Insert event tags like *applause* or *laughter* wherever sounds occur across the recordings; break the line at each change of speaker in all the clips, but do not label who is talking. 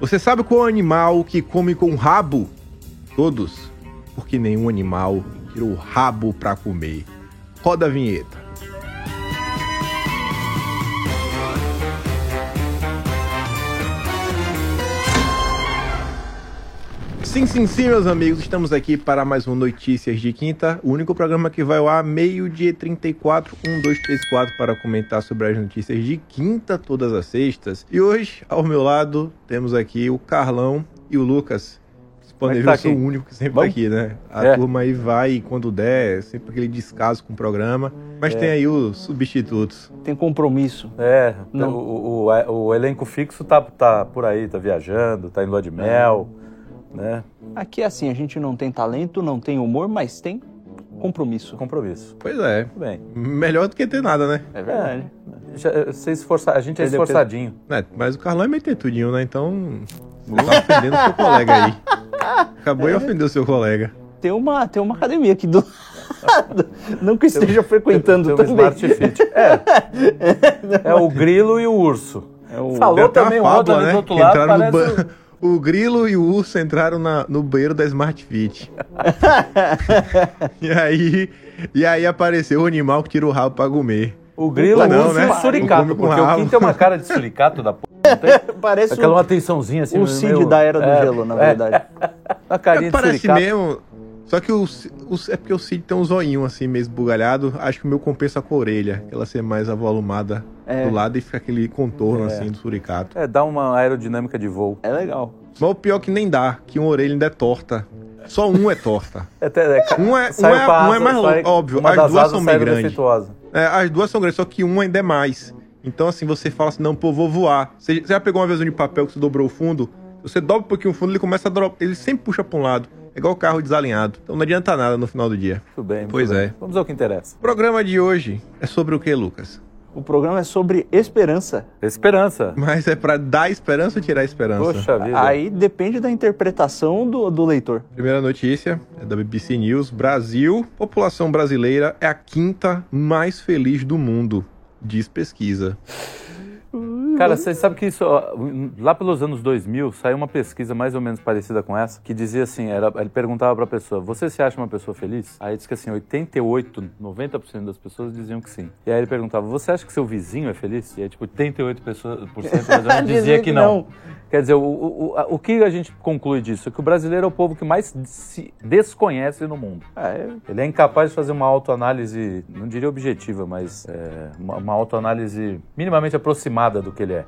Você sabe qual é o animal que come com o rabo? Todos. Porque nenhum animal tirou o rabo pra comer. Roda a vinheta. Sim, sim, sim, meus amigos, estamos aqui para mais um Notícias de Quinta, o único programa que vai ao ar meio-dia 34, 1, 2, 3, 4, para comentar sobre as notícias de quinta todas as sextas. E hoje, ao meu lado, temos aqui o Carlão e o Lucas. Esse
é que
pandemia
tá
eu sou
aqui?
o único que sempre
Bom?
tá aqui, né? A
É.
turma aí vai, quando der, é sempre aquele descaso com o programa. Mas tem aí os substitutos.
tem compromisso.
É,
Não.
o, é, o- o elenco fixo tá, tá por aí, tá viajando, tá em
É.
lua de mel, né?
Aqui é assim, a gente não tem talento, não tem humor, mas tem compromisso.
Compromisso.
Pois é,
Tudo bem.
melhor do que ter nada, né?
É verdade.
Já, vocês esforça- a gente é
Entendeu,
esforçadinho.
É, mas o Carlão é meio tetudinho, né? Então, você tá ofendendo seu colega aí. Acabou de ofender o seu colega.
Tem, uma, tem uma academia aqui do lado. *laughs* Não que eu esteja
Tem
frequentando
um
também.
Smart Fit.
*laughs*
É. É o grilo e o urso.
É o-
Falou
Tem até uma
também,
fábula,
roda ali
né?
do outro
Que
lado,
entraram no
parece
ban- *laughs* O grilo e o urso entraram na- no banheiro da Smart
*laughs*
Fit. e, aí, e aí apareceu o animal que tira o rabo pra comer.
o grilo,
Ah,
o
não,
urso
né?
e o
Não
suricato.
come com
Porque o
rabo.
Kim tem uma cara de suricato da porra.
Parece
Aquela
o,
uma tensãozinha assim.
o
meio-
Cid da Era do
é,
Gelo, na
é,
verdade.
uma carinha
É,
de
parece
suricato.
mesmo. Só que o, C- o C- é porque o Cid tem um zoinho assim, meio esbugalhado. Acho que o meu compensa com a orelha, que ela ser mais avolumada
É.
do lado e fica aquele contorno assim do suricato.
É, dá uma aerodinâmica de voo.
É legal.
Mas o pior que nem dá, que uma orelha ainda é torta. Só um é torta.
É, até- é, ca-
Um é, um
saiu
é,
com a
um é
asa,
mais
sai-
louco, óbvio.
Uma
As
das
duas
asas
são bem
saiu
grandes.
defeituosa.
É, as duas são grandes, só que uma ainda é mais. Então, assim, você fala assim, não, pô, vou voar. Você, você já pegou uma vez um de papel que você dobrou o fundo? Você dobra um pouquinho o fundo, ele começa a drop, ele sempre puxa pra um lado. É igual o carro desalinhado. Então não adianta nada no final do dia.
Tudo bem.
Pois
tudo
é.
bem. Vamos ao que interessa.
O programa de hoje é sobre o que, Lucas?
O programa é sobre esperança.
Esperança.
Mas é pra dar esperança ou tirar esperança?
Poxa vida.
Aí depende da interpretação do, do leitor.
Primeira notícia é da BBC News. Brasil, população brasileira é a quinta mais feliz do mundo, diz pesquisa.
Cara, você sabe que isso, ó, lá pelos anos 2000, saiu uma pesquisa mais ou menos parecida com essa, que dizia assim, era, ele perguntava pra pessoa, você se acha uma pessoa feliz? Aí diz que assim, 88, 90% das pessoas diziam que sim. E aí ele perguntava, você acha que seu vizinho é feliz? E aí tipo, 88% pessoas- por cento mais ou
Ah,
*laughs* menos dizia que não. Quer dizer, o, o, o- a- o que a gente conclui disso? É que o brasileiro é o povo que mais se desconhece no mundo.
Ah, é-
Ele é incapaz de fazer uma autoanálise, não diria objetiva, mas é, uma, uma autoanálise minimamente aproximada do que ele é.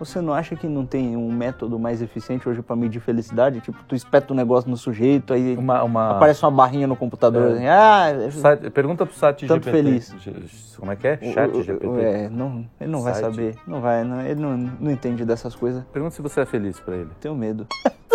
Você não acha que não tem um método mais eficiente hoje pra medir felicidade? Tipo, tu espeta um negócio no sujeito, aí
Uma, uma-
aparece uma barrinha no computador.
Ah. É.
assim, ah,
Sat- Pergunta pro Sat
Tanto
GPT.
feliz.
G- Como é que é?
O-
Chat
o- o-
GPT.
É, não, ele não vai
Site.
saber. Não vai, não, ele não, não entende dessas coisas.
Pergunta se você é feliz pra ele.
Tenho medo.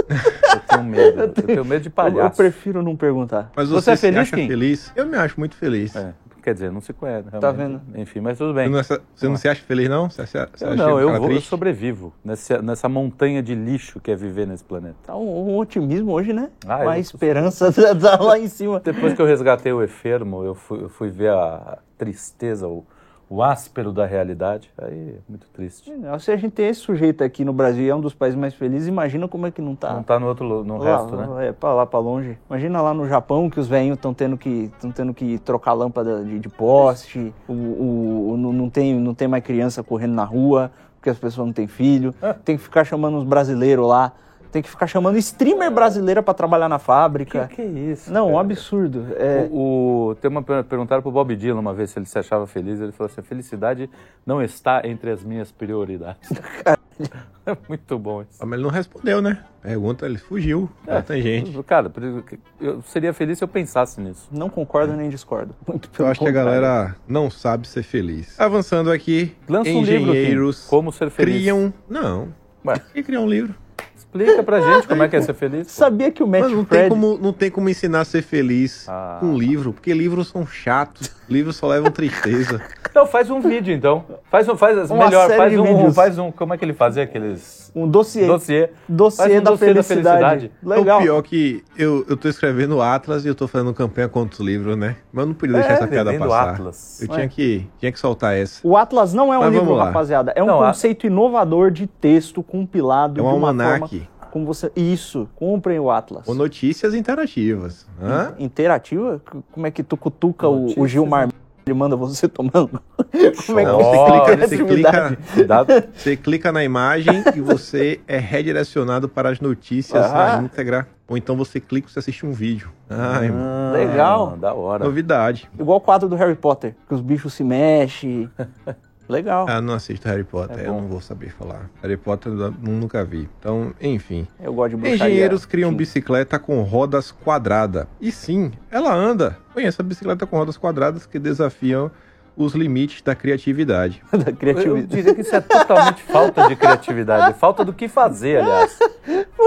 Eu tenho medo. eu tenho medo de
*laughs* Eu, eu
palhaço.
prefiro não perguntar.
Mas
Você é
se
feliz,
acha
Kim?
feliz? Eu me acho muito feliz.
É, quer dizer, não se conhece.
Tá
realmente. Enfim, mas tudo bem.
Você não, é- você não se acha feliz, não? Você, acha- você
Eu
acha um
não, eu,
cara
vou, eu
triste?
sobrevivo nessa, nessa montanha de lixo que é viver nesse planeta.
Tá um, um otimismo hoje, né?
Ah,
Uma
eu-
esperança *laughs* tá, tá lá em cima.
Depois que eu resgatei o enfermo, eu fui, eu fui ver a tristeza, o, o áspero da realidade. Aí é muito triste.
Se a gente tem esse sujeito aqui no Brasil e é um dos países mais felizes, imagina como é que não tá.
Não tá no outro lu- no
lá,
resto, né?
É, pra lá, pra longe. Imagina lá no Japão que os velhinhos estão tendo que tão tendo que trocar lâmpada de, de poste, o, o- o- não, não tem, não tem mais criança correndo na rua, porque as pessoas não têm filho. Tem que ficar chamando uns brasileiros lá, tem que ficar chamando streamer brasileira pra trabalhar na fábrica.
Que que é isso?
Não, um
cara?
absurdo. É,
O, o- tem uma per- perguntaram pro Bob Dylan uma vez se ele se achava feliz, ele falou assim: a felicidade não está entre as minhas prioridades. É *laughs* muito bom isso.
Ah, mas ele não respondeu, né? Pergunta, ele fugiu. É. Tem gente.
Cara, eu seria feliz se eu pensasse nisso.
não concordo nem discordo. *laughs* Muito
Eu
pelo
acho que a
contrário.
galera não sabe ser feliz. Avançando aqui,
Lança um livro,
engenheiros
Kim. Como ser feliz.
criam... Não.
Ué.
Por que criar um livro?
Explica pra gente como é que é ser feliz. pô.
Sabia que o Matt
Mas não tem,
Fred...
como, não tem como ensinar a ser feliz
Ah.
com livro, porque livros são chatos. *laughs* livros só levam tristeza.
Então faz um vídeo, então. Faz um, faz
Uma
melhor,
série
faz
de
um,
vídeos.
faz um, como é que ele fazia aqueles
Um dossiê.
Dossiê. Faz
Dossiê,
um
da,
dossiê da felicidade.
felicidade.
É
Legal.
o pior que eu, eu tô escrevendo Atlas e eu tô fazendo campanha contra os livros, né? Mas eu não podia deixar
É,
essa piada
vendendo
passar.
Atlas.
Eu tinha que, tinha que soltar essa.
O Atlas não é um
Mas
livro,
vamos lá.
rapaziada. É um
Não, a-
conceito inovador de texto compilado
É um
de uma
almanac
forma como você. Isso. Comprem o Atlas.
com notícias interativas. Hã?
In- Interativa? C- Como é que tu cutuca o, o
Notícias, né?
Gilmar? Ele manda você *laughs* tomando. Como é que
Não,
Ó,
você clica, você
criatividade.
clica,
Cuidado.
você clica na imagem e você é redirecionado para as notícias na
Aham.
íntegra. Ou então você clica e você assiste um vídeo. Ai, mano.
Ah,
*laughs* Legal.
Da hora.
novidade.
Igual o quadro do Harry Potter, que os bichos se
*laughs*
mexem. Legal.
Ah, não assisto Harry Potter,
É
eu
bom.
não vou saber falar. Harry Potter eu nunca vi. Então, enfim.
Eu gosto de bruxaria.
Engenheiros criam
Sim.
bicicleta com rodas quadradas. E sim, ela anda. Conheça a bicicleta com rodas quadradas que desafiam os limites da criatividade.
*laughs* da
Eu
criatividade.
diria que isso é totalmente
*laughs*
falta de criatividade. é Falta do que fazer, aliás.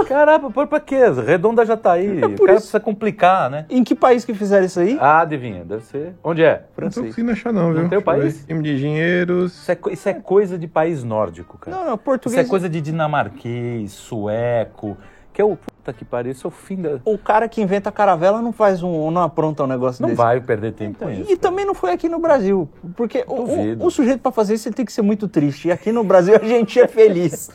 Caramba, por pra quê? Redonda já tá aí.
É
o cara precisa complicar, né?
Em que país que fizeram isso aí?
Ah, adivinha, deve ser. Onde é?
Não tô
Francês.
conseguindo achar não, viu?
Não tem o
Deixa eu
país?
ver. Time de engenheiros...
Isso é, co- isso é coisa de país nórdico, cara.
Não, não,
isso é
português.
coisa de dinamarquês, sueco, que é o puta que pariu, isso é o fim da.
O cara que inventa caravela não faz um. não apronta um negócio
Não
desse. Então,
vai perder tempo com
E
isso.
também não foi aqui no Brasil, porque o,
Duvido.
o- o sujeito pra fazer isso ele tem que ser muito triste. E aqui no Brasil a gente é feliz.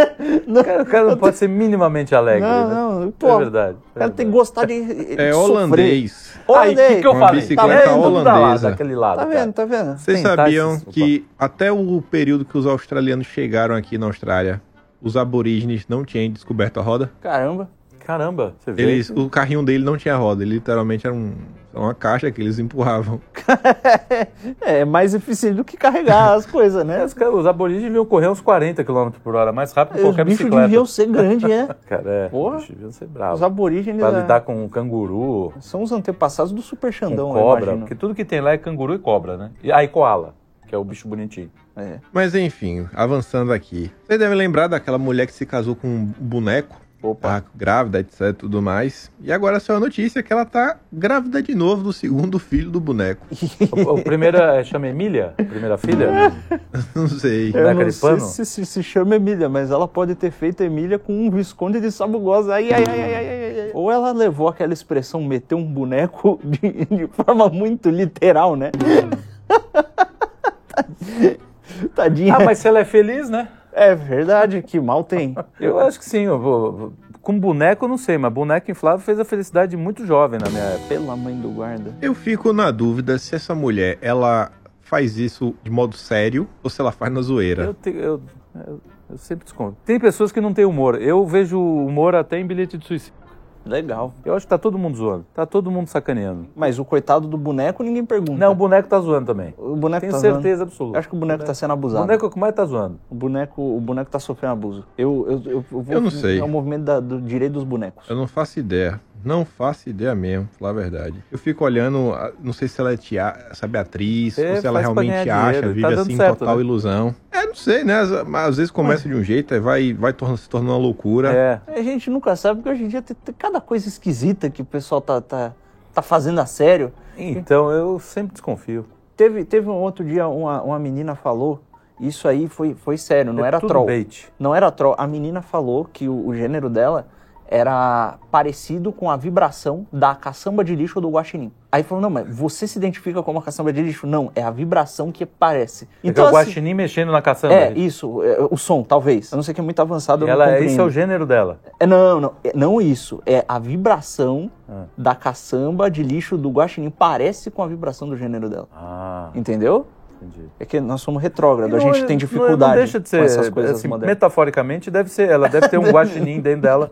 *laughs* não,
Cara, o cara não pode ser minimamente alegre.
não,
né?
não,
é
pô,
verdade.
o cara tem que gostar de eh,
É
sofrer.
holandês.
Aí, o
Holandês.
que, que eu
Uma
falei?
bicicleta
tá vendo? Tá lá,
holandesa.
daquele lado.
Tá
cara.
vendo, tá vendo?
Vocês
Tentar
sabiam
esses- opa.
que até o período que os australianos chegaram aqui na Austrália, os aborígenes não tinham descoberto a roda?
Caramba.
Caramba, você vê.
Eles, o carrinho dele não tinha roda, ele literalmente era um- uma caixa que eles empurravam.
É, é mais eficiente do que carregar as coisas,
É, *laughs*
né?
os, caras- os aborígenes deviam correr uns 40 km por hora mais rápido que
Os
qualquer
bichos
bicicleta.
deviam ser grandes,
*laughs*
né?
Cara, é,
Porra.
os bichos deviam ser
Os
bravos.
aborígenes
Pra
é,
lidar com um canguru,
são os antepassados do super
com
Xandão, eu
cobra,
imagino.
porque tudo que tem lá é canguru e cobra, né? E, ah, e koala, que é o bicho bonitinho.
É.
Mas enfim, avançando aqui. Vocês devem lembrar daquela mulher que se casou com um boneco,
Opa.
tá grávida, etc e tudo mais. E agora saiu a notícia que ela tá grávida de novo do segundo filho do boneco. *laughs*
O, o primeiro é, chama Emília, a primeira
*laughs*
filha.
Não sei.
É.
Eu
Boneca
não
de
sei
pano?
se, se se chama Emília, mas ela pode ter feito Emília com um Visconde de Sabugosa. Ai, ai, ai, ai, ai, ai, ai. Ou ela levou aquela expressão meter um boneco *laughs* de, de forma muito literal, né? *laughs* Tadinha.
Ah, mas se ela é feliz, né?
É verdade, que mal tem.
Eu acho que sim. eu vou- com boneco, eu não sei, mas boneco inflável fez a felicidade de muito jovem na minha época.
Pela mãe do guarda.
Eu fico na dúvida se essa mulher, ela faz isso de modo sério ou se ela faz na zoeira.
Eu, te- eu- eu- eu sempre desconto. Tem pessoas que não têm humor. Eu vejo humor até em bilhete de suicídio.
Legal.
Eu acho que tá todo mundo zoando. Tá todo mundo sacaneando.
Mas o coitado do boneco, ninguém pergunta.
Não, o boneco tá zoando também.
o boneco
Tenho
tá zoando.
certeza
Eu
absoluta.
acho que o boneco tá sendo
O
abusado.
boneco é o que mais tá zoando.
O boneco, o boneco tá sofrendo abuso. Eu, eu, eu, vou-
Eu não sei.
É o movimento da- do direito dos bonecos.
Eu não faço ideia. Não faço ideia mesmo, falar a verdade. Eu fico olhando, a- não sei se ela é tia, sabe, atriz,
É,
ou se ela
faz pra ganhar
realmente acha,
dinheiro,
vive
tá dando
assim, em
certo,
total
né?
ilusão. É, não sei, né? Às, mas às vezes começa de um jeito, aí vai, vai torna- se tornando uma loucura.
É.
A gente nunca sabe, porque hoje em dia tem, tem cada coisa esquisita que o pessoal tá, tá, tá fazendo a sério.
Então eu sempre desconfio.
Teve, teve um outro dia, uma, uma menina falou, isso aí foi, foi sério, não
É
era
tudo
troll.
bait.
Não era troll. A menina falou que o, o gênero dela era parecido com a vibração da caçamba de lixo do guaxinim. Aí falou, não, mas você se identifica como a caçamba de lixo? Não, é a vibração que parece.
É que é o
assim-
guaxinim mexendo na caçamba.
É, isso, é, o som, talvez. A não ser que é muito avançado, eu não
ela,
compreendo.
esse é o gênero dela.
É, não, não, é, não isso. É a vibração
Ah.
da caçamba de lixo do guaxinim. Parece com a vibração do gênero dela.
Ah,
Entendeu?
entendi.
É que nós somos retrógrado, a
Não,
gente tem
não-
dificuldade
não deixa de ser,
com essas coisas
assim,
modernas.
Metaforicamente, deve ser. Ela deve
*laughs*
ter um guaxinim dentro dela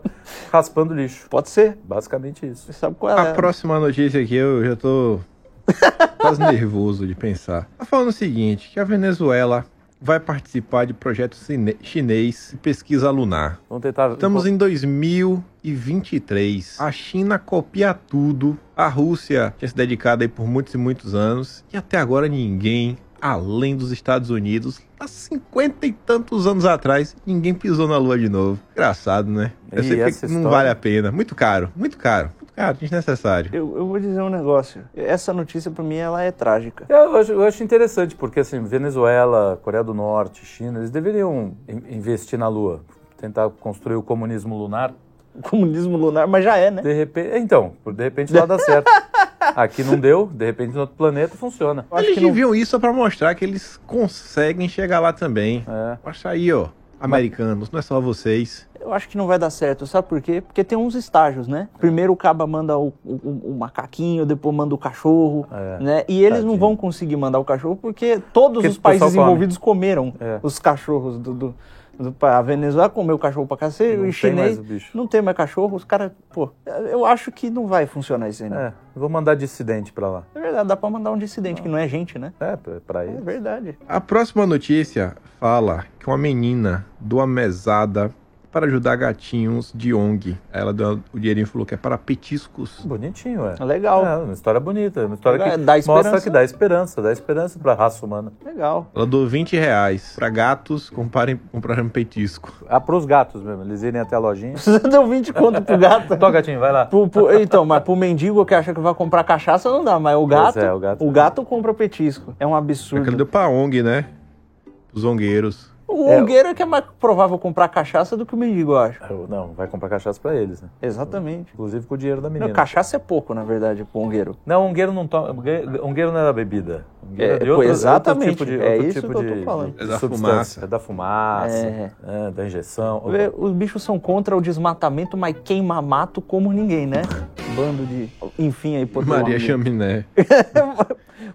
raspando lixo.
Pode ser.
Basicamente isso.
Você sabe qual
Ah,
é.
A próxima notícia aqui eu já
*laughs*
tô quase nervoso de pensar. Tá falando o seguinte, que a Venezuela vai participar de projeto cine- chinês de pesquisa lunar.
Vamos tentar.
Estamos em 2023. A China copia tudo. A Rússia tinha se dedicado aí por muitos e muitos anos. E até agora ninguém, além dos Estados Unidos, há cinquenta e tantos anos atrás, ninguém pisou na Lua de novo. Engraçado, né? Eu
E
sei que
essa
não
história?
vale a pena. Muito caro, muito caro, muito caro, desnecessário.
Eu, eu vou dizer um negócio. Essa notícia, pra mim, ela é trágica. *laughs*
Eu acho, eu acho interessante, porque assim, Venezuela, Coreia do Norte, China, eles deveriam in- investir na Lua. tentar construir o comunismo lunar.
O comunismo lunar, mas já é, né?
De repente, então, por de repente lá dá
*laughs*
certo. Aqui não deu, de repente no outro planeta funciona.
Eu acho
eles
que não-
deviam isso só pra mostrar que eles conseguem chegar lá também.
É.
Acha aí, ó. Americanos, não é só vocês.
Eu acho que não vai dar certo, sabe por quê? Porque tem uns estágios, né? Primeiro o caba manda o, o- o macaquinho, depois manda o cachorro,
É,
né? E eles não
tadinho.
vão conseguir mandar o cachorro porque todos
Porque
os
o
países
pessoal come.
envolvidos comeram
É.
os cachorros do, do, do- A Venezuela comeu cachorro pra cacete,
Não
o
tem
chinês
mais o bicho.
não tem mais cachorro, os caras, pô, eu acho que não vai funcionar isso aí, não. É.
É, vou mandar dissidente pra lá.
verdade, dá pra mandar um dissidente que não é gente, né?
É, pra, pra
É
ele.
verdade.
A próxima notícia fala que uma menina deu uma mesada para ajudar gatinhos de ONG. Ela deu o dinheirinho e falou que é para petiscos.
Bonitinho, é.
Legal.
É, uma história bonita, uma história que
Dá esperança.
mostra que dá esperança, dá esperança pra raça humana.
Legal. *laughs*
Ela deu 20 reais para gatos comparem, comprarem um petisco.
Ah, pros gatos mesmo, eles irem até a
*laughs*
lojinha.
Precisa deu 20 conto pro gato.
Tó, gatinho, vai lá.
Pro- pro- então, mas pro mendigo que acha que vai comprar cachaça não dá, mas o gato,
Pois é,
o
o
gato,
gato-
compra petisco. É um
Aquela
absurdo.
deu para ONG, né? Os ongueiros.
O hongueiro é que é mais provável comprar cachaça do que o mendigo, eu acho.
Eu- Não, vai comprar cachaça pra eles, né?
Exatamente.
Inclusive com o dinheiro da
Não,
menina.
cachaça é pouco, na verdade, pro hongueiro.
Não, hongueiro não toma. um Hongueiro não era bebida. Hongueiro
É,
de tipo
pô, exatamente. É isso que eu tô falando.
de
É da
substância.
fumaça.
É da fumaça,
É.
é, da injeção.
Vê, Os bichos são contra o desmatamento, mas queima mato como ninguém, *laughs* né? Bando de... Enfim, aí, pô, tem um
Maria
amigo.
Chaminé.
*laughs*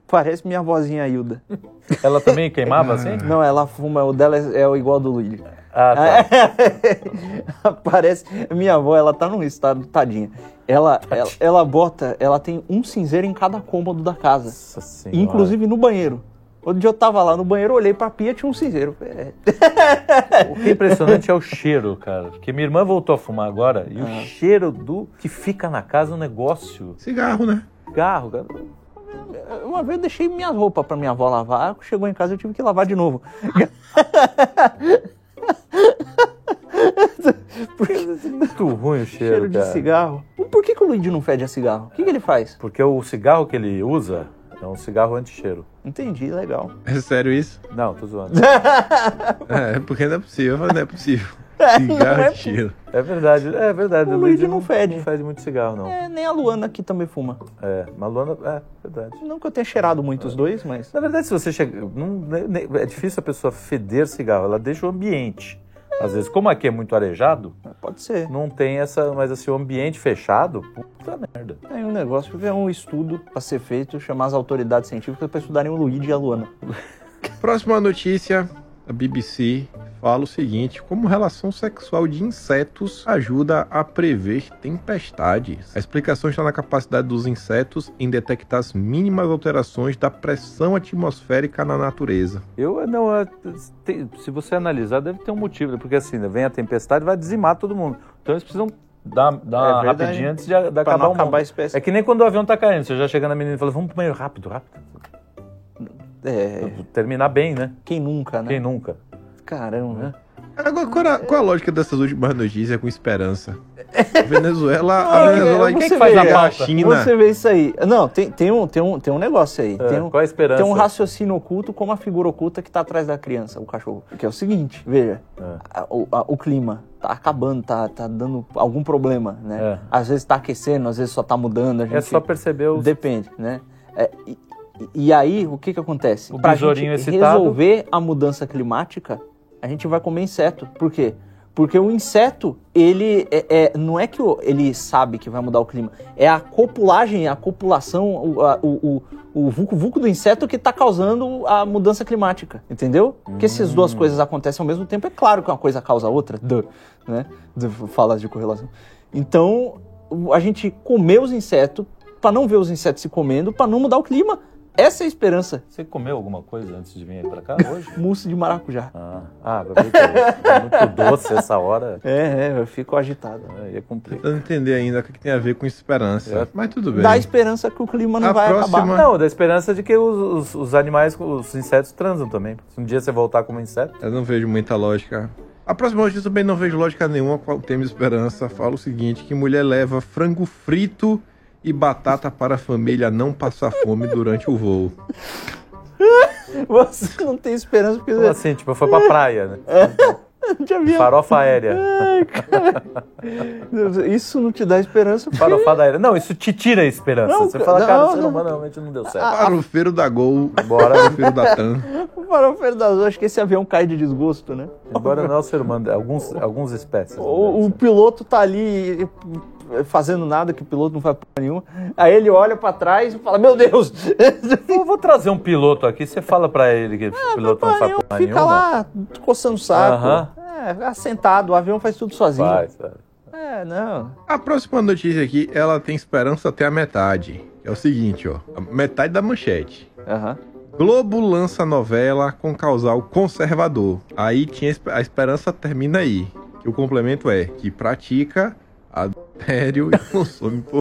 Parece minha vozinha Hilda.
Ela também queimava assim?
Não, É. ela fuma, o dela é, é o igual do Luigi.
Ah, tá.
*laughs* Parece. É. Minha avó, ela tá num estado, tadinha. Ela, ela, ela bota, ela tem um cinzeiro em cada cômodo da casa.
Nossa senhora.
Inclusive no banheiro. Outro dia eu tava lá no banheiro, olhei pra pia, tinha um cinzeiro. É,
O que é impressionante é o cheiro, cara. Porque minha irmã voltou a fumar agora e
Ah.
o cheiro do que fica na casa é um negócio.
Cigarro, né?
Garro, cara.
Uma vez eu deixei minhas roupas pra minha avó lavar, chegou em casa eu tive que lavar de novo. *laughs* Porque,
Muito ruim o cheiro,
*laughs* cheiro de
cara.
cigarro. Por que, que o Luigi não fede a cigarro? O que, que ele faz?
Porque o cigarro que ele usa é um cigarro anti-cheiro. *laughs*
Entendi, legal.
É sério isso?
*laughs*
Não, tô zoando.
É, porque não é possível, não é possível.
Não é
Cigarro de tiro.
É verdade, é verdade.
O Luigi não fede.
Não fede muito cigarro, não.
É, nem a Luana aqui também fuma.
É, Malona, é verdade.
Não que eu tenha cheirado muito os dois, mas.
Na verdade, se você chega. não- ne- ne- é difícil a pessoa feder cigarro, ela deixa o ambiente. Às vezes, como aqui é muito arejado,
ah, Pode ser.
não tem essa. Mas assim, o ambiente fechado, puta merda.
Tem um negócio, é um estudo pra ser feito, chamar as autoridades científicas pra estudarem o Luigi e a Luana.
Próxima notícia, a BBC fala o seguinte: como relação sexual de insetos ajuda a prever tempestades. A explicação está na capacidade dos insetos em detectar as mínimas alterações da pressão atmosférica na natureza.
Eu não. é- tem- se você analisar, deve ter um motivo, né? porque assim, né, vem a tempestade vai dizimar todo mundo. Então eles precisam dar, dar
É
uma
verdade.
rapidinha antes de, a- de
Pra
acabar
não
o mundo.
acabar a espécie.
É que nem quando o avião tá caindo, você já chega na menina e fala, vamos pro banheiro rápido, rápido.
É,
Terminar bem, né?
quem nunca, né?
Quem nunca?
Caramba, né?
Agora, qual a, qual a lógica dessas últimas notícias com
*laughs*
esperança? A Venezuela, a
Olha,
Venezuela
você
quem
vê,
a
a
China.
Você vê isso aí. Não, tem, tem, um, tem, um, tem um negócio aí.
É,
tem, um,
qual a esperança?
tem um raciocínio oculto como a figura oculta que tá atrás da criança, o cachorro. Que é o seguinte, veja,
É.
a- o, a- o clima tá acabando, tá, tá dando algum problema, né?
É.
Às vezes tá aquecendo, às vezes só tá mudando, a gente...
É só perceber os...
Depende, né? É, e, e aí, o que que acontece?
O
Pra
besourinho
gente
excitado.
resolver a mudança climática, a gente vai comer inseto. Por quê? Porque o inseto, ele é, é- não é que o- ele sabe que vai mudar o clima, é a copulagem, a copulação, o, a- o, o, o vulco-vulco do inseto que está causando a mudança climática, entendeu? Porque se as
Hum.
duas coisas acontecem ao mesmo tempo, é claro que uma coisa causa a outra, duh, né? Duh, Falas de correlação. Então, o- a gente comer os insetos para não ver os insetos se comendo, para não mudar o clima. Essa é a esperança.
Você comeu alguma coisa antes de vir
*laughs*
pra cá hoje?
Mousse de maracujá.
Ah, ah vai ver que é
*laughs*
muito doce essa hora.
É, é, eu fico agitado.
Aí é complicado.
Eu não entendi ainda o que que tem a ver com esperança.
É.
Mas tudo bem.
Dá a esperança que o clima não
A
vai acabar. *laughs*
próxima-
Não, da esperança de que os, os- os animais, os insetos transam também. Se um dia você voltar como inseto,
Eu não vejo muita lógica. A próxima notícia também não vejo lógica nenhuma com o tema esperança. Fala o seguinte, que mulher leva frango frito e batata para a família não passar fome durante o voo.
Você não tem esperança porque É.
como assim, tipo, foi pra praia, né?
de avião.
Farofa aérea.
Ai, cara. Isso não te dá esperança. porque-
Farofada aérea. Não, isso te tira a esperança.
Não,
você fala,
não,
cara, o ser
não.
humano realmente não deu certo.
Para o feiro da Gol,
Bora.
para o feiro da TAM.
O farofeiro das acho que esse avião cai de desgosto, né?
Embora não é o ser humano, alguns, alguns espécies. não
O, o
devem ser.
piloto tá ali eh, fazendo nada, que o piloto não faz porra nenhuma. Aí ele olha pra trás e fala, meu Deus! *laughs*
Eu vou trazer um piloto aqui, você fala pra ele que
Ah,
o piloto não faz porra
Fica
nenhuma.
lá coçando o saco.
Aham.
É, sentado, o avião faz tudo sozinho.
Vai, vai.
É, não.
A próxima notícia aqui, ela tem esperança até a metade. É o seguinte, ó. a Metade da manchete.
Aham.
Globo lança novela com causal conservador. Aí tinha esp- a esperança termina aí. Que o complemento é que pratica adultério e consome por...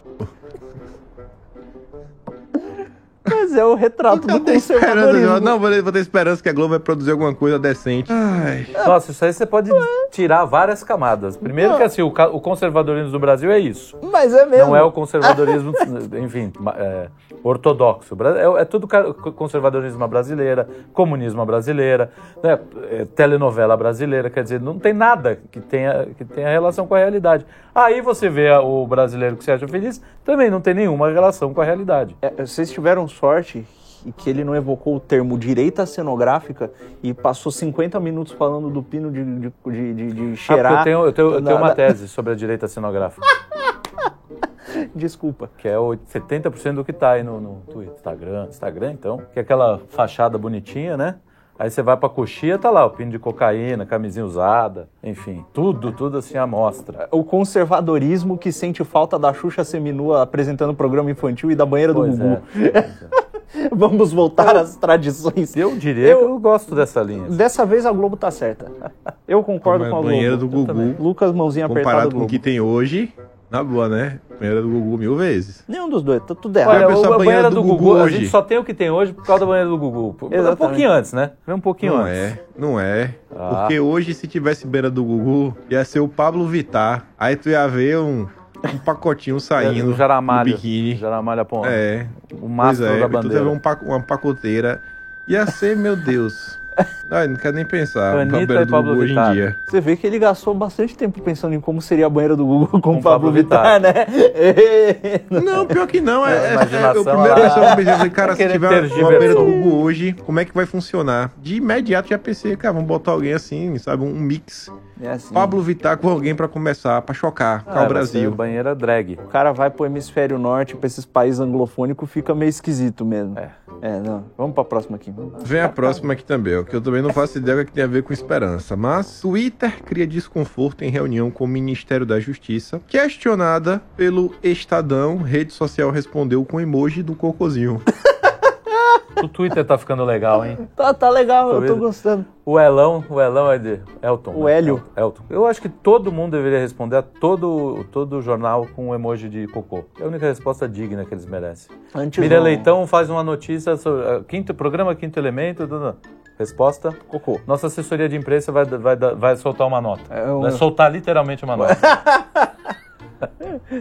Mas é o retrato do
Então esperança.
conservadorismo.
Não, vou vou ter esperança que a Globo vai produzir alguma coisa decente. Ai.
Nossa, isso aí você pode tirar várias camadas.
Ah.
Primeiro que assim, o, ca- o conservadorismo do Brasil é isso.
Mas é mesmo.
Não é o conservadorismo, *laughs* enfim, ma- é, ortodoxo. Bra- É, é tudo ca- conservadorismo à brasileira, comunismo à brasileira, né, é, telenovela brasileira. Quer dizer, não tem nada que tenha, que tenha relação com a realidade. Aí você vê a- o brasileiro que se acha feliz, também não tem nenhuma relação com a realidade.
É, Vocês tiveram sorte que ele não evocou o termo direita cenográfica e passou 50 minutos falando do pino de, de, de, de- de
Ah, porque
cheirar.
eu tenho, eu tenho- eu tenho
na-
uma
na-
tese sobre a direita cenográfica,
Desculpa.
que é o 70% do que tá aí no, no Twitter, Instagram, Instagram, então, que é aquela fachada bonitinha, né? Aí você vai pra coxia, tá lá o pino de cocaína, camisinha usada, enfim, tudo, tudo assim à mostra.
O conservadorismo que sente falta da Xuxa seminua apresentando o programa infantil e da banheira
Pois
do
é,
Gugu.
pois é.
*laughs* Vamos voltar às tradições.
Eu diria
Eu-
que eu gosto dessa linha.
Dessa vez a Globo tá certa. Eu concordo
Mas
com a
banheira
Globo.
é do Gugu.
também.
Lucas, mãozinha apertada.
Comparado com
Globo.
o que tem hoje, na boa, né? Primeira do Gugu mil vezes.
Nenhum dos dois, tá tudo errado.
Olha,
Vai pensar
o- a
a
banheira do, Gugu, a
hoje.
gente só tem o que tem hoje por causa da banheira do Gugu. Por- Um
Exatamente.
pouquinho antes, né? Vem um pouquinho
Não
antes.
é, não é.
Ah.
Porque hoje, se tivesse beira do Gugu, ia ser o Pablo Vittar. Aí tu ia ver um, um pacotinho saindo
o Jaramalho.
do biquíni.
Jaramalho apontando.
É,
um O
pois
mastro
é.
da
Tu ia ver
bandeira.
um pac- uma pacoteira. Ia ser, meu
*laughs*
Deus. Ai, não quero nem pensar.
Anitta
na beira
e
do
Pablo
Gugu
Vittar.
hoje em dia.
Você vê que ele gastou bastante tempo pensando em como seria a banheira do Google com
Com
o Pablo
Pablo
Vittar, né?
Não, pior que
*laughs*
não. É, é, é,
imaginação
eu primeiro
lá. Tá
pensava, eu pensei, eu falei, cara, se
Querer
tiver
tergiversou.
uma beira do Google hoje, como é que vai funcionar? De imediato já pensei, cara, vamos botar alguém assim, sabe, um mix.
*laughs* É assim.
Pablo Vittar com alguém pra começar, pra chocar,
Ah,
com o
vai
Brasil.
ser Banheira drag.
O cara vai pro hemisfério norte, pra esses países anglofônicos, fica meio esquisito mesmo.
É.
É, não. Vamos pra próxima aqui.
Vem a próxima aqui também, ó, que eu também não faço ideia do que tem a ver com esperança. Mas Twitter cria desconforto em reunião com o Ministério da Justiça. Questionada pelo Estadão, rede social respondeu com emoji do cocôzinho.
O Twitter tá ficando legal, hein?
Tá, tá legal, eu
Talvez-
tô gostando.
O Elão, o Elão é de Elton.
O
né?
Hélio.
Elton. Eu acho que todo mundo deveria responder a todo, todo jornal com um emoji de cocô. É a única resposta digna que eles merecem.
Antes
Mira
não.
Leitão faz uma notícia sobre ah, quinto, programa Quinto Elemento. do- do- Resposta.
Cocô.
Nossa assessoria de imprensa vai, vai, dar- vai soltar uma nota.
É, eu-
Vai soltar literalmente uma nota. *laughs*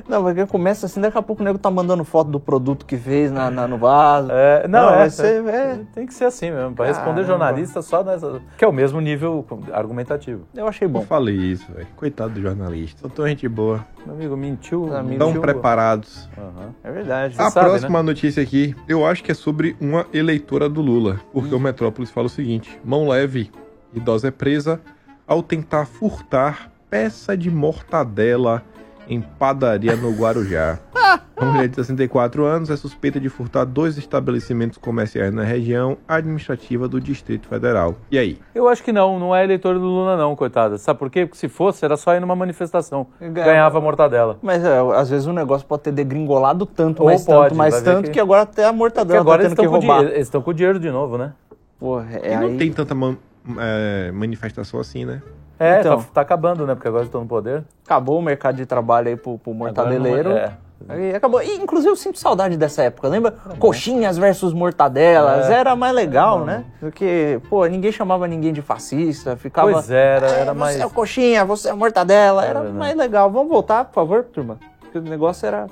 Não, porque começa assim, daqui a pouco o nego tá mandando foto do produto que fez na, na- no vaso.
É, não,
Não,
é,
vai ser- é.
Tem que ser assim mesmo. Pra responder
Caramba.
jornalista só nessa. Que é o mesmo nível argumentativo.
Eu achei
Não
bom.
falei isso, velho. Coitado do jornalista. Só tão gente boa.
Meu amigo, mentiu.
Ah,
mentiu.
Tão preparados.
Aham.
É verdade.
A
sabe,
né?
próxima notícia aqui, eu acho que é sobre uma eleitora do Lula. Porque
Hum.
o Metrópolis fala o seguinte: mão leve, idosa é presa ao tentar furtar peça de mortadela em padaria no
*laughs*
Guarujá. A mulher de 64 anos é suspeita de furtar dois estabelecimentos comerciais na região administrativa do Distrito Federal. E aí?
Eu acho que não, não é eleitor do Lula, não, coitada. Sabe por quê? Porque se fosse, era só ir numa manifestação.
Ganhava.
Ganhava a mortadela.
Mas é, às vezes o negócio pode ter degringolado tanto,
Ou
mas
pode,
tanto, mas
vai ver
tanto, que...
que-
agora até a
Porque
mortadela
agora
tá
eles
tendo
estão,
que
com
roubar.
dinheiro, eles estão com dinheiro de novo, né?
Porra, é
E não
aí-
tem tanta man- é, manifestação assim, né?
É,
Então.
tá, tá acabando, né? Porque agora eles estão no poder.
Acabou o mercado de trabalho aí pro, pro
Agora não-
mortadeleiro.
é.
Aí acabou. E, inclusive, eu sinto saudade dessa época, lembra? Coxinhas versus mortadelas.
É.
Era mais legal, né? Porque, pô, ninguém chamava ninguém de fascista, ficava.
Pois era,
"Ah,
era
você
mais.
é o coxinha, você é a mortadela. Era
Era, né?
mais legal. Vamos voltar, por favor, turma? Porque o negócio era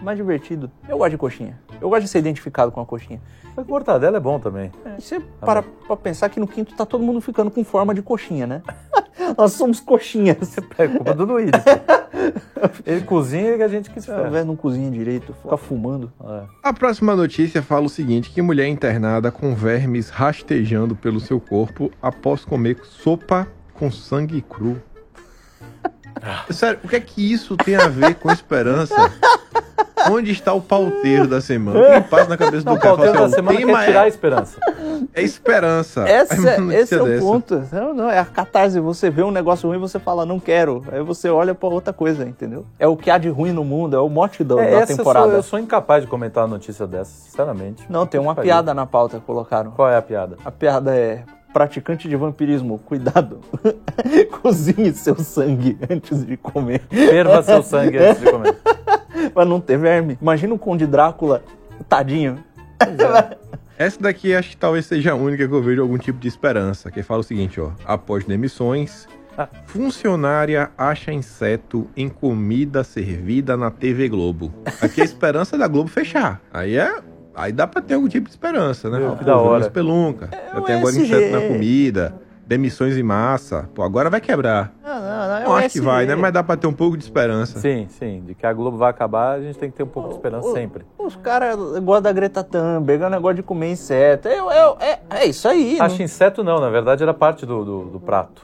mais divertido. Eu gosto de coxinha. Eu gosto de ser identificado com a coxinha.
Mas mortadela é Tá bom também. *laughs*
E você para pra pensar que no quinto tá todo mundo ficando com forma de coxinha, né? *laughs* Nós
*laughs*
somos coxinhas.
É culpa do Luiz. ele cozinha que É. a gente quis
Se a mulher Tá não cozinha direito, fica fumando.
A próxima notícia fala o seguinte: que mulher internada com vermes rastejando pelo seu corpo após comer sopa com sangue cru.
Ah.
Sério, o que é que isso tem a ver com esperança? Onde está o pauteiro da semana? O que passa na cabeça do
Não, o
cara? Fala
pauteiro da
assim, ó,
semana
o
quer
tema
tirar a
é,
esperança.
é
Ah,
esperança.
Essa-
Aí uma notícia
esse é o
dessa.
ponto. Não, não, é a catarse. Você vê um negócio ruim e você fala, não quero. Aí você olha pra outra coisa, entendeu? É o que há de ruim no mundo, é o mote da,
É,
da
essa
temporada.
sou- eu sou incapaz de comentar uma notícia dessa, sinceramente.
Não, tem uma
Puta que
piada na pauta que colocaram.
pariu. Qual é a piada?
A piada é praticante de vampirismo, cuidado. *laughs* Cozinhe seu sangue antes de comer.
Ferva seu sangue antes de comer.
pra não ter verme. Imagina o Conde Drácula, tadinho.
Essa daqui acho que talvez seja a única que eu vejo algum tipo de esperança, que fala o seguinte, ó. Após demissões,
Ah.
funcionária acha inseto em comida servida na TV Globo. Aqui é a esperança da Globo fechar. Aí é... Aí dá pra ter algum tipo de esperança, né?
Meu, que
Pô,
da
virou
hora. É, um
Espelunca. Já
o
tem agora
SG.
inseto na comida, demissões em massa. Pô, agora vai quebrar.
Não, não, não. é
um
Não
o
acho que
SD.
vai, né? Mas dá pra ter um pouco de
Tá.
esperança.
Sim, sim. De que a Globo vai acabar, a gente tem que ter um pouco de esperança
Ô,
sempre.
Os caras gostam da Greta Thunberg, é um negócio de comer inseto. É, é, é, é isso aí.
Acho inseto não, na verdade era parte do, do, do prato.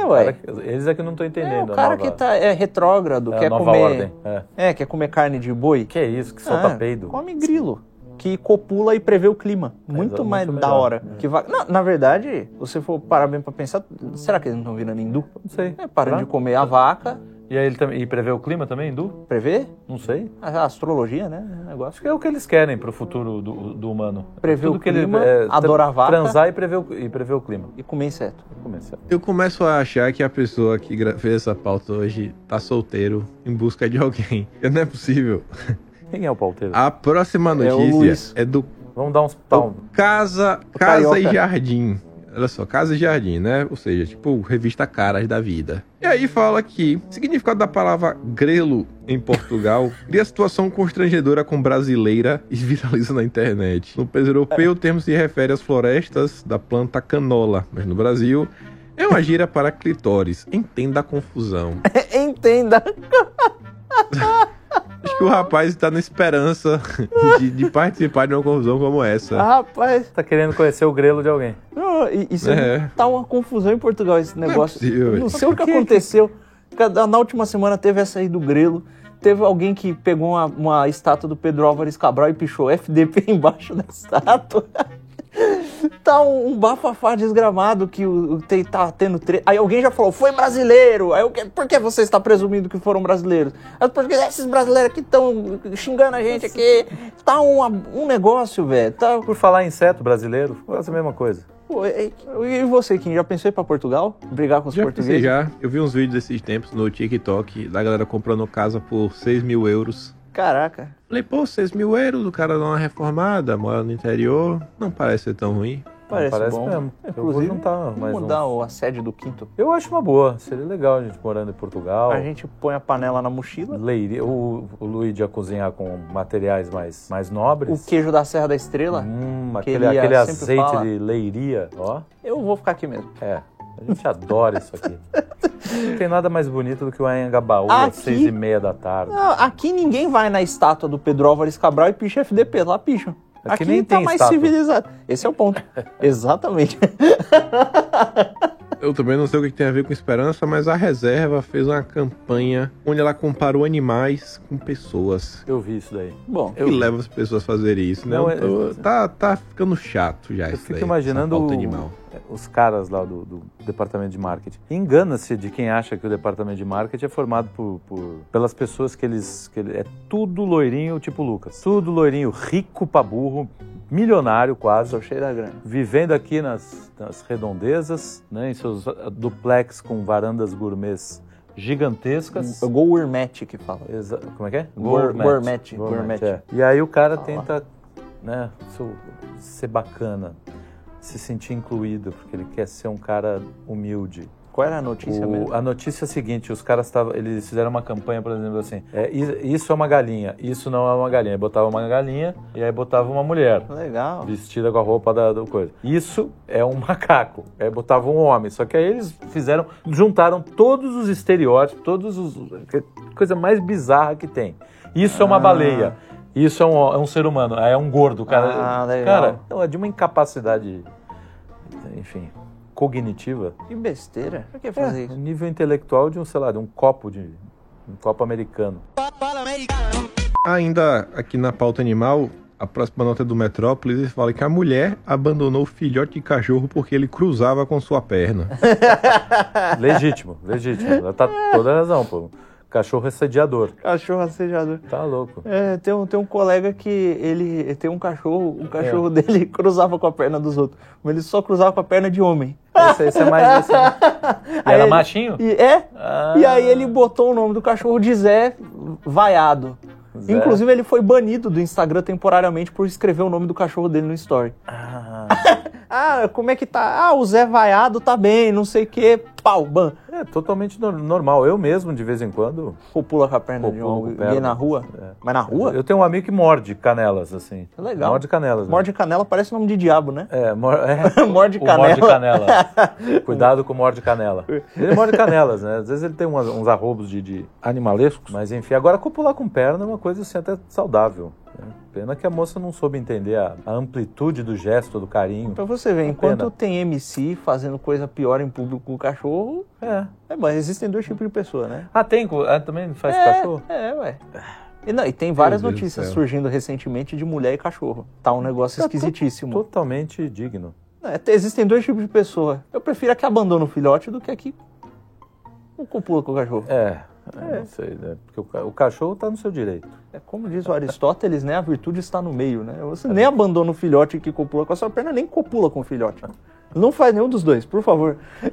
não é, ué.
Cara, eles é que não estão
É, o
entendendo.
cara
a nova,
que tá, é retrógrado,
é, a
quer
nova
comer...
ordem. É.
É, quer comer carne de boi.
Que é isso, que
Ah,
solta peido. É,
Come grilo. Que copula e prevê o clima. Muito
muito
mais da
melhor. É.
hora. Que va... Não, na verdade, você for parar bem pra pensar, será que eles não estão virando hindu?
Não sei.
É, param
Será?
de comer a vaca,
E aí ele também. E prevê o clima também, hindu?
prever
Não sei.
a astrologia, né? O negócio.
Acho que é o que eles querem pro futuro do, do humano.
Prever
Tudo
o
que ele,
clima,
é, tra-
adorar vaca.
Transar e prever o, e prever o clima.
E comer inseto. *laughs*
Começa.
Eu começo a achar que a pessoa que gra- fez essa pauta hoje tá solteiro em busca de alguém. *laughs* Não é possível.
Quem é o
Ah.
pauteiro?
A próxima
É o Luiz.
notícia é, do
Vamos dar uns pau.
Casa,
Carioca.
casa e Jardim. Olha só, Casa e Jardim, né? Ou seja, tipo, revista Caras da Vida. E aí fala que o significado da palavra grelo em Portugal *laughs* cria situação constrangedora com brasileira *laughs* e viraliza na internet. No país europeu, o termo se refere às florestas da planta canola, mas no Brasil é uma gíria para clitóris. Entenda a confusão.
Entenda.
Acho que o rapaz está na esperança *laughs* de, de participar de uma confusão como essa.
Rapaz,
Tá querendo conhecer o grelo de alguém.
não, i- isso
É.
tá uma confusão em Portugal, esse
é
negócio.
possível,
Eu não
velho.
sei o que
Por quê?
aconteceu. Cada- Na última semana teve essa aí do Grelo. Teve alguém que pegou uma, uma estátua do Pedro Álvares Cabral e pichou FDP *laughs* embaixo da estátua. *laughs* tá um, um bafafá desgramado que o, o tem- tá tendo tre... Aí alguém já falou, foi brasileiro. Aí eu, por que você está presumindo que foram brasileiros? Aí, porque esses brasileiros aqui estão xingando a gente aqui. Tá um, um negócio, velho. Tá...
Por falar em inseto brasileiro, quase a mesma coisa.
Pô, e, e você, Kim, já pensou em ir pra Portugal? Brigar com os
Já pensei
portugueses?
já. Eu vi uns vídeos desses tempos no TikTok da galera comprando casa por 6 mil euros.
Caraca.
Falei, pô, 6 mil euros, o cara dá uma reformada, mora no interior, não parece ser tão ruim.
Parece bom.
mesmo. eu vou
Inclusive,
juntar mais
Vamos
um.
mudar o a sede do quinto.
Eu acho uma boa. Seria legal a gente morando em Portugal.
A gente põe a panela na mochila,
Leiria, o, o Luigi a cozinhar com materiais mais, mais
o
nobres.
queijo da Serra da Estrela.
Hum,
que
aquele,
ele,
aquele
ah, sempre
azeite
fala.
de leiria, ó.
Eu vou ficar aqui mesmo.
É, a gente adora isso aqui. Não tem nada mais bonito do que o Anhangabaú às
Aqui?
seis e meia da tarde.
Não, aqui ninguém vai na estátua do Pedro Álvares Cabral e picha FDP, lá picham.
Aqui
Aqui,
nem
tá
tem
mais
estátua.
civilizado. Esse é o ponto. *laughs* Exatamente.
Eu também não sei o que tem a ver com esperança, mas a reserva fez uma campanha onde ela comparou animais com pessoas.
Eu vi isso daí.
*laughs* Bom,
O que leva as pessoas a fazerem isso, né?
Não, é-
Então, tá, tá ficando chato já
Eu
isso
fico
daí,
imaginando
essa pauta
o-
animal.
os caras lá do, do departamento de marketing. Engana-se de quem acha que o departamento de marketing é formado por, por- pelas pessoas que eles, que ele- É tudo loirinho, tipo Lucas. Tudo loirinho, rico pra burro, milionário quase.
tô cheio da grana.
Vivendo aqui nas, nas redondezas, né, em seus ah, duplex com varandas gourmets gigantescas.
É Gourmet que fala.
Exa- Como é que é?
Gour- gourmet, gourmet.
é. E aí o cara
Ah, lá.
tenta né, su- ser bacana, se sentir incluído, porque ele quer ser um cara humilde.
Qual era a notícia
O-
mesmo?
A notícia é a seguinte, os caras tavam, eles fizeram uma campanha, por exemplo, assim, é, "I- isso é uma galinha, isso não é uma galinha. Aí Botava uma galinha e aí botava uma mulher.
Legal.
Vestida com a roupa da, do coisa. Isso é um *laughs* macaco. Aí botava um homem. Só que aí eles fizeram, juntaram todos os estereótipos, todos os. coisa mais bizarra que tem. Isso é uma
Ah.
baleia. Isso é um, é um ser humano. Aí É um gordo, cara.
Ah, legal.
Cara, é de uma incapacidade, enfim, cognitiva.
Que besteira. Por que
É, o nível intelectual de um, sei lá, de um copo de. Um copo americano.
Ainda aqui na pauta animal, a próxima nota é do Metrópolis e fala que a mulher abandonou o filhote de cachorro porque ele cruzava com sua perna.
Legítimo, legítimo. Ela tá toda razão, pô. Cachorro é sediador.
Cachorro assediador.
Tá louco.
É, tem um, tem um colega que ele tem um cachorro, o cachorro
É.
dele *laughs* cruzava com a perna dos outros, mas ele só cruzava com a perna de homem.
Esse, esse é mais. Esse... *laughs* E
Aí
era
ele-
machinho?
E, é?
Ah.
E aí ele botou o nome do cachorro de Zé Vaiado.
Zé.
Inclusive ele foi banido do Instagram temporariamente por escrever o nome do cachorro dele no story.
Ah,
*laughs* Ah, como é que tá? Ah, o Zé Vaiado tá bem, não sei o quê. Pau, ban.
é totalmente nor- normal. Eu mesmo, de vez em quando.
Pô, pula com a perna de
Populo com
homem.
perna.
Gay na rua.
É.
Mas na rua?
Eu tenho um amigo que morde canelas, assim.
Legal.
Morde canelas. né?
Morde canela parece o nome de diabo, né? *laughs*
É, mor... é.
Morde
O *laughs* morde
canela.
canela. *laughs* Cuidado com o morde canela. Ele morde canelas, né? Às vezes ele tem umas- uns arrobos de, de animalescos. Mas enfim, agora copular com perna é uma coisa assim até saudável. né? Pena que a moça não soube entender a, a amplitude do gesto, do carinho.
Pra você ver, enquanto
pena.
tem MC fazendo coisa pior em público com o cachorro,
É.
é, mas existem dois tipos de pessoa, né?
Ah, tem? co- ah, também faz
é,
cachorro?
É, ué. E, não, e tem várias
Deus do
notícias
céu.
surgindo recentemente de mulher e cachorro. Tá um negócio
Tá to-
esquisitíssimo.
Totalmente digno.
É, tem- existem dois tipos de pessoa. Eu prefiro a que abandona o filhote do que a que não copula com o cachorro.
É, é, não sei, né? Porque o, ca- o cachorro tá no seu direito.
É como diz o Aristóteles, né? A virtude está no meio, né? Você nem abandona o filhote que copula com a sua perna, nem copula com o filhote. Não faz nenhum dos dois, por favor. *laughs*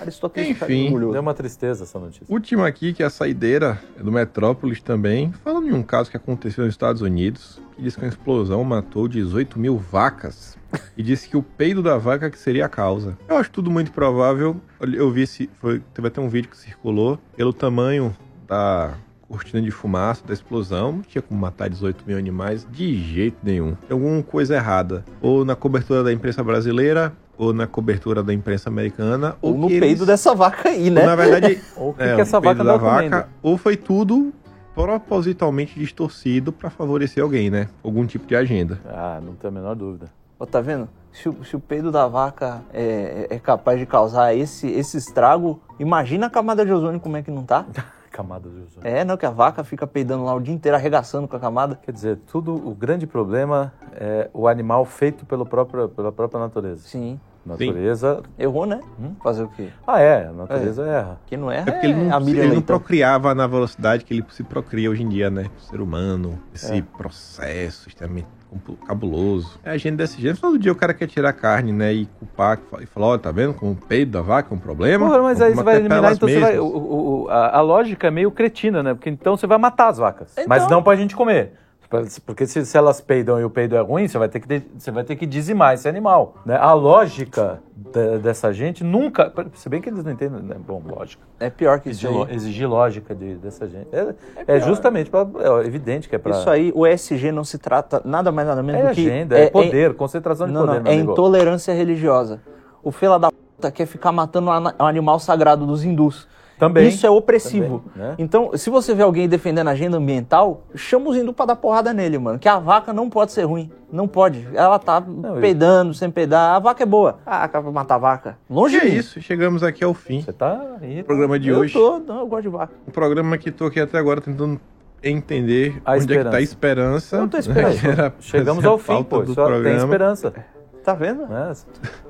Aristóteles ficaria
Enfim,
Deu
orgulhoso.
uma tristeza essa notícia.
Última aqui, que é a saideira é do Metrópolis também, falando em um caso que aconteceu nos Estados Unidos, que diz que uma explosão matou 18 mil vacas e disse que o peido da vaca que seria a causa. Eu acho tudo muito provável. Olha, Eu vi se foi, teve até um vídeo que circulou pelo tamanho da cortina de fumaça da explosão, não tinha como matar 18 mil animais de jeito nenhum. Tem alguma coisa errada, ou na cobertura da imprensa brasileira, ou na cobertura da imprensa americana,
Ou no
que
peido
eles-
dessa vaca aí,
ou,
né?
na verdade,
Ou o que,
é,
que essa
o peido
vaca
da
tá comendo?
vaca, ou foi tudo propositalmente distorcido pra favorecer alguém, né? Algum tipo de agenda.
Ah, não tenho a menor dúvida.
Ó, tá vendo? Se, o- se o peido da vaca é, é capaz de causar esse, esse estrago, imagina a camada de ozônio como é que não tá. *laughs*
Camada de ozônio.
É, não, que a vaca fica peidando lá o dia inteiro, arregaçando com a camada.
Quer dizer, tudo, o grande problema é o animal feito pelo próprio, pela própria natureza.
Sim.
Natureza.
Errou, né?
Hum?
Fazer o quê?
Ah, é, a natureza erra.
Quem não erra
É porque ele
é
não,
a
ele
Miriam
não
Leitão.
procriava na velocidade que ele se procria hoje em dia, né? O ser humano,
É.
esse processo extremamente compu- cabuloso. É agenda desse jeito. Todo dia o cara quer tirar carne, né? E culpar e falar, ó, tá vendo como o peido da vaca é um problema?
Porra, mas aí
Vamos
você vai
matar
eliminar,
elas
então você vai.
mesmas."
o- o- o- a, a lógica é meio cretina, né? Porque então você vai matar as vacas.
Então-
Mas não pra gente comer. Pra- Porque se, se elas peidam e o peido é ruim, você vai ter que, de- você vai ter que dizimar esse animal. né? A lógica de- dessa gente nunca. Se bem que eles não entendem, né? Bom, lógica.
É pior que isso
Exigir,
aí.
lo- exigir lógica de- dessa gente. É, é justamente pra, é evidente que é pra.
Isso aí, o ESG não se trata nada mais nada menos
É
do que...
agenda, é, poder, concentração de
Não, não,
poder, meu
é
amigo.
intolerância religiosa. O fila da puta quer ficar matando o ana- o animal sagrado dos hindus.
Também.
Isso é opressivo.
Também, né?
Então, se você vê alguém defendendo a agenda ambiental, chama os hindus pra dar porrada nele, mano. Que a vaca não pode ser ruim. Não pode. Ela tá
eu-
peidando, sem peidar. A vaca é boa. Ah, acaba pra matar a vaca. Longe
E é
disso.
isso, chegamos aqui ao fim.
Você tá aí.
O programa de
eu
hoje.
tô, não, eu gosto de
é
vaca.
um programa que tô aqui até agora tentando entender
A
onde é que
esperança.
tá a esperança.
Eu tô esperando.
Que *laughs* era-
Chegamos
essa
ao fim,
pauta
pô.
do
Só tem
programa.
esperança.
Tá vendo?
né?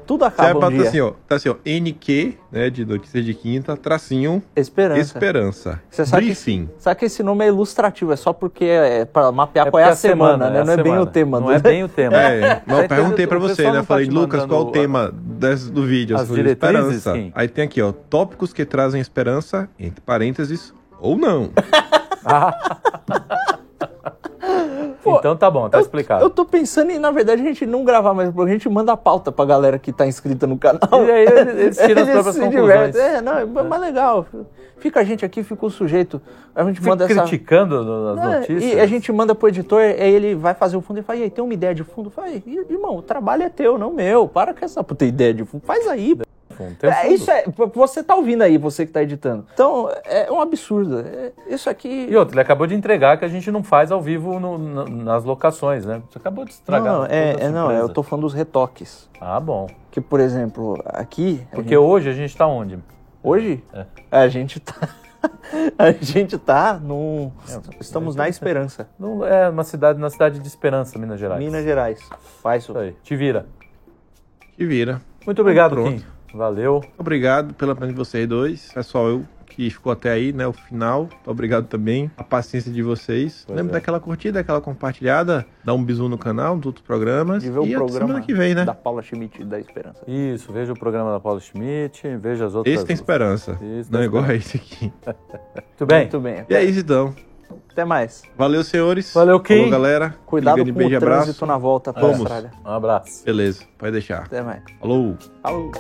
Tudo
Tá, a
acaba um
pauta
dia.
assim, ó. Tá assim, ó. NQ, né, de notícias de quinta, tracinho,
Esperança.
esperança.
Você sabe que-
*laughs*
Briefing.
Sabe que esse nome é ilustrativo, é só porque é pra mapear qual é
porque
a semana, né?
a
não é bem o
semana.
tema.
Não
*laughs* do-
é bem o tema.
É, mas eu perguntei
Tá entendendo?
pra
O
você,
pessoal
né?
não
Eu
tá
falei,
te
Lucas,
mandando
qual o
a-
tema desse- do vídeo?
As
Eu falei,
diretrizes,
esperança.
Kim?
Aí tem aqui, ó. Tópicos que trazem esperança,
*laughs*
Ah.
entre parênteses, ou não.
Pô,
então tá bom, tá
eu-
explicado.
Eu tô pensando em, na verdade, a gente não gravar mais, porque a gente manda a pauta pra galera que tá inscrita no canal.
E aí eles- eles
*laughs*
tiram as próprias
se
conclusões.
divertem. É, não, é, mais legal. Fica a gente aqui, fica o sujeito. A gente
Fica
manda essa...
criticando no- nas
É,
notícias.
E a gente manda pro editor, aí ele vai fazer o fundo e fala, e aí, tem uma ideia de fundo? Fala, "Ih, irmão, o trabalho é teu, não meu. Para com essa puta ideia de fundo. Faz aí.
Fundo, tem um
É,
fundo.
isso é. p- Você tá ouvindo aí, você que tá editando. Então, é um absurdo. É, isso aqui.
E outro, ele acabou de entregar que a gente não faz ao vivo no- no- nas locações, né? Você acabou de
Não,
estragar.
não,
toda
é,
a
é, não,
surpresa.
eu tô falando dos retoques.
Ah, bom.
Que, por exemplo, aqui. a
Porque
É, gente-
hoje a gente tá onde?
Hoje?
É.
A gente tá. *laughs* A gente tá
É,
num. Estamos na Esperança,
Não- é uma cidade, na cidade de Esperança, Minas Gerais.
Minas Gerais. Faz
Isso aí. Te vira.
E vira.
Muito obrigado,
Pronto.
Kim. Valeu.
Obrigado pela presença de vocês dois. Pessoal, eu que ficou até aí, né? O final. Obrigado também. A paciência de vocês.
Pois
Lembra
é.
daquela curtida, daquela compartilhada. Dá um bisu no canal, nos outros programas.
de ver
um
o
e até
programa
semana que vem, né?
da Paula Schmidt da Esperança.
Isso, veja o programa da Paula Schmidt, veja as outras.
Esse tem esperança.
Esse
Não
tem
é igual a esse aqui.
Muito bem.
Muito bem.
E é isso então.
Até mais.
Valeu, senhores.
Valeu, Kim.
Falou, galera.
Cuidado
Grande
com o trânsito na volta pra
Vamos.
Austrália.
Um abraço.
Beleza, pode deixar.
Até mais.
Falou.
Falou.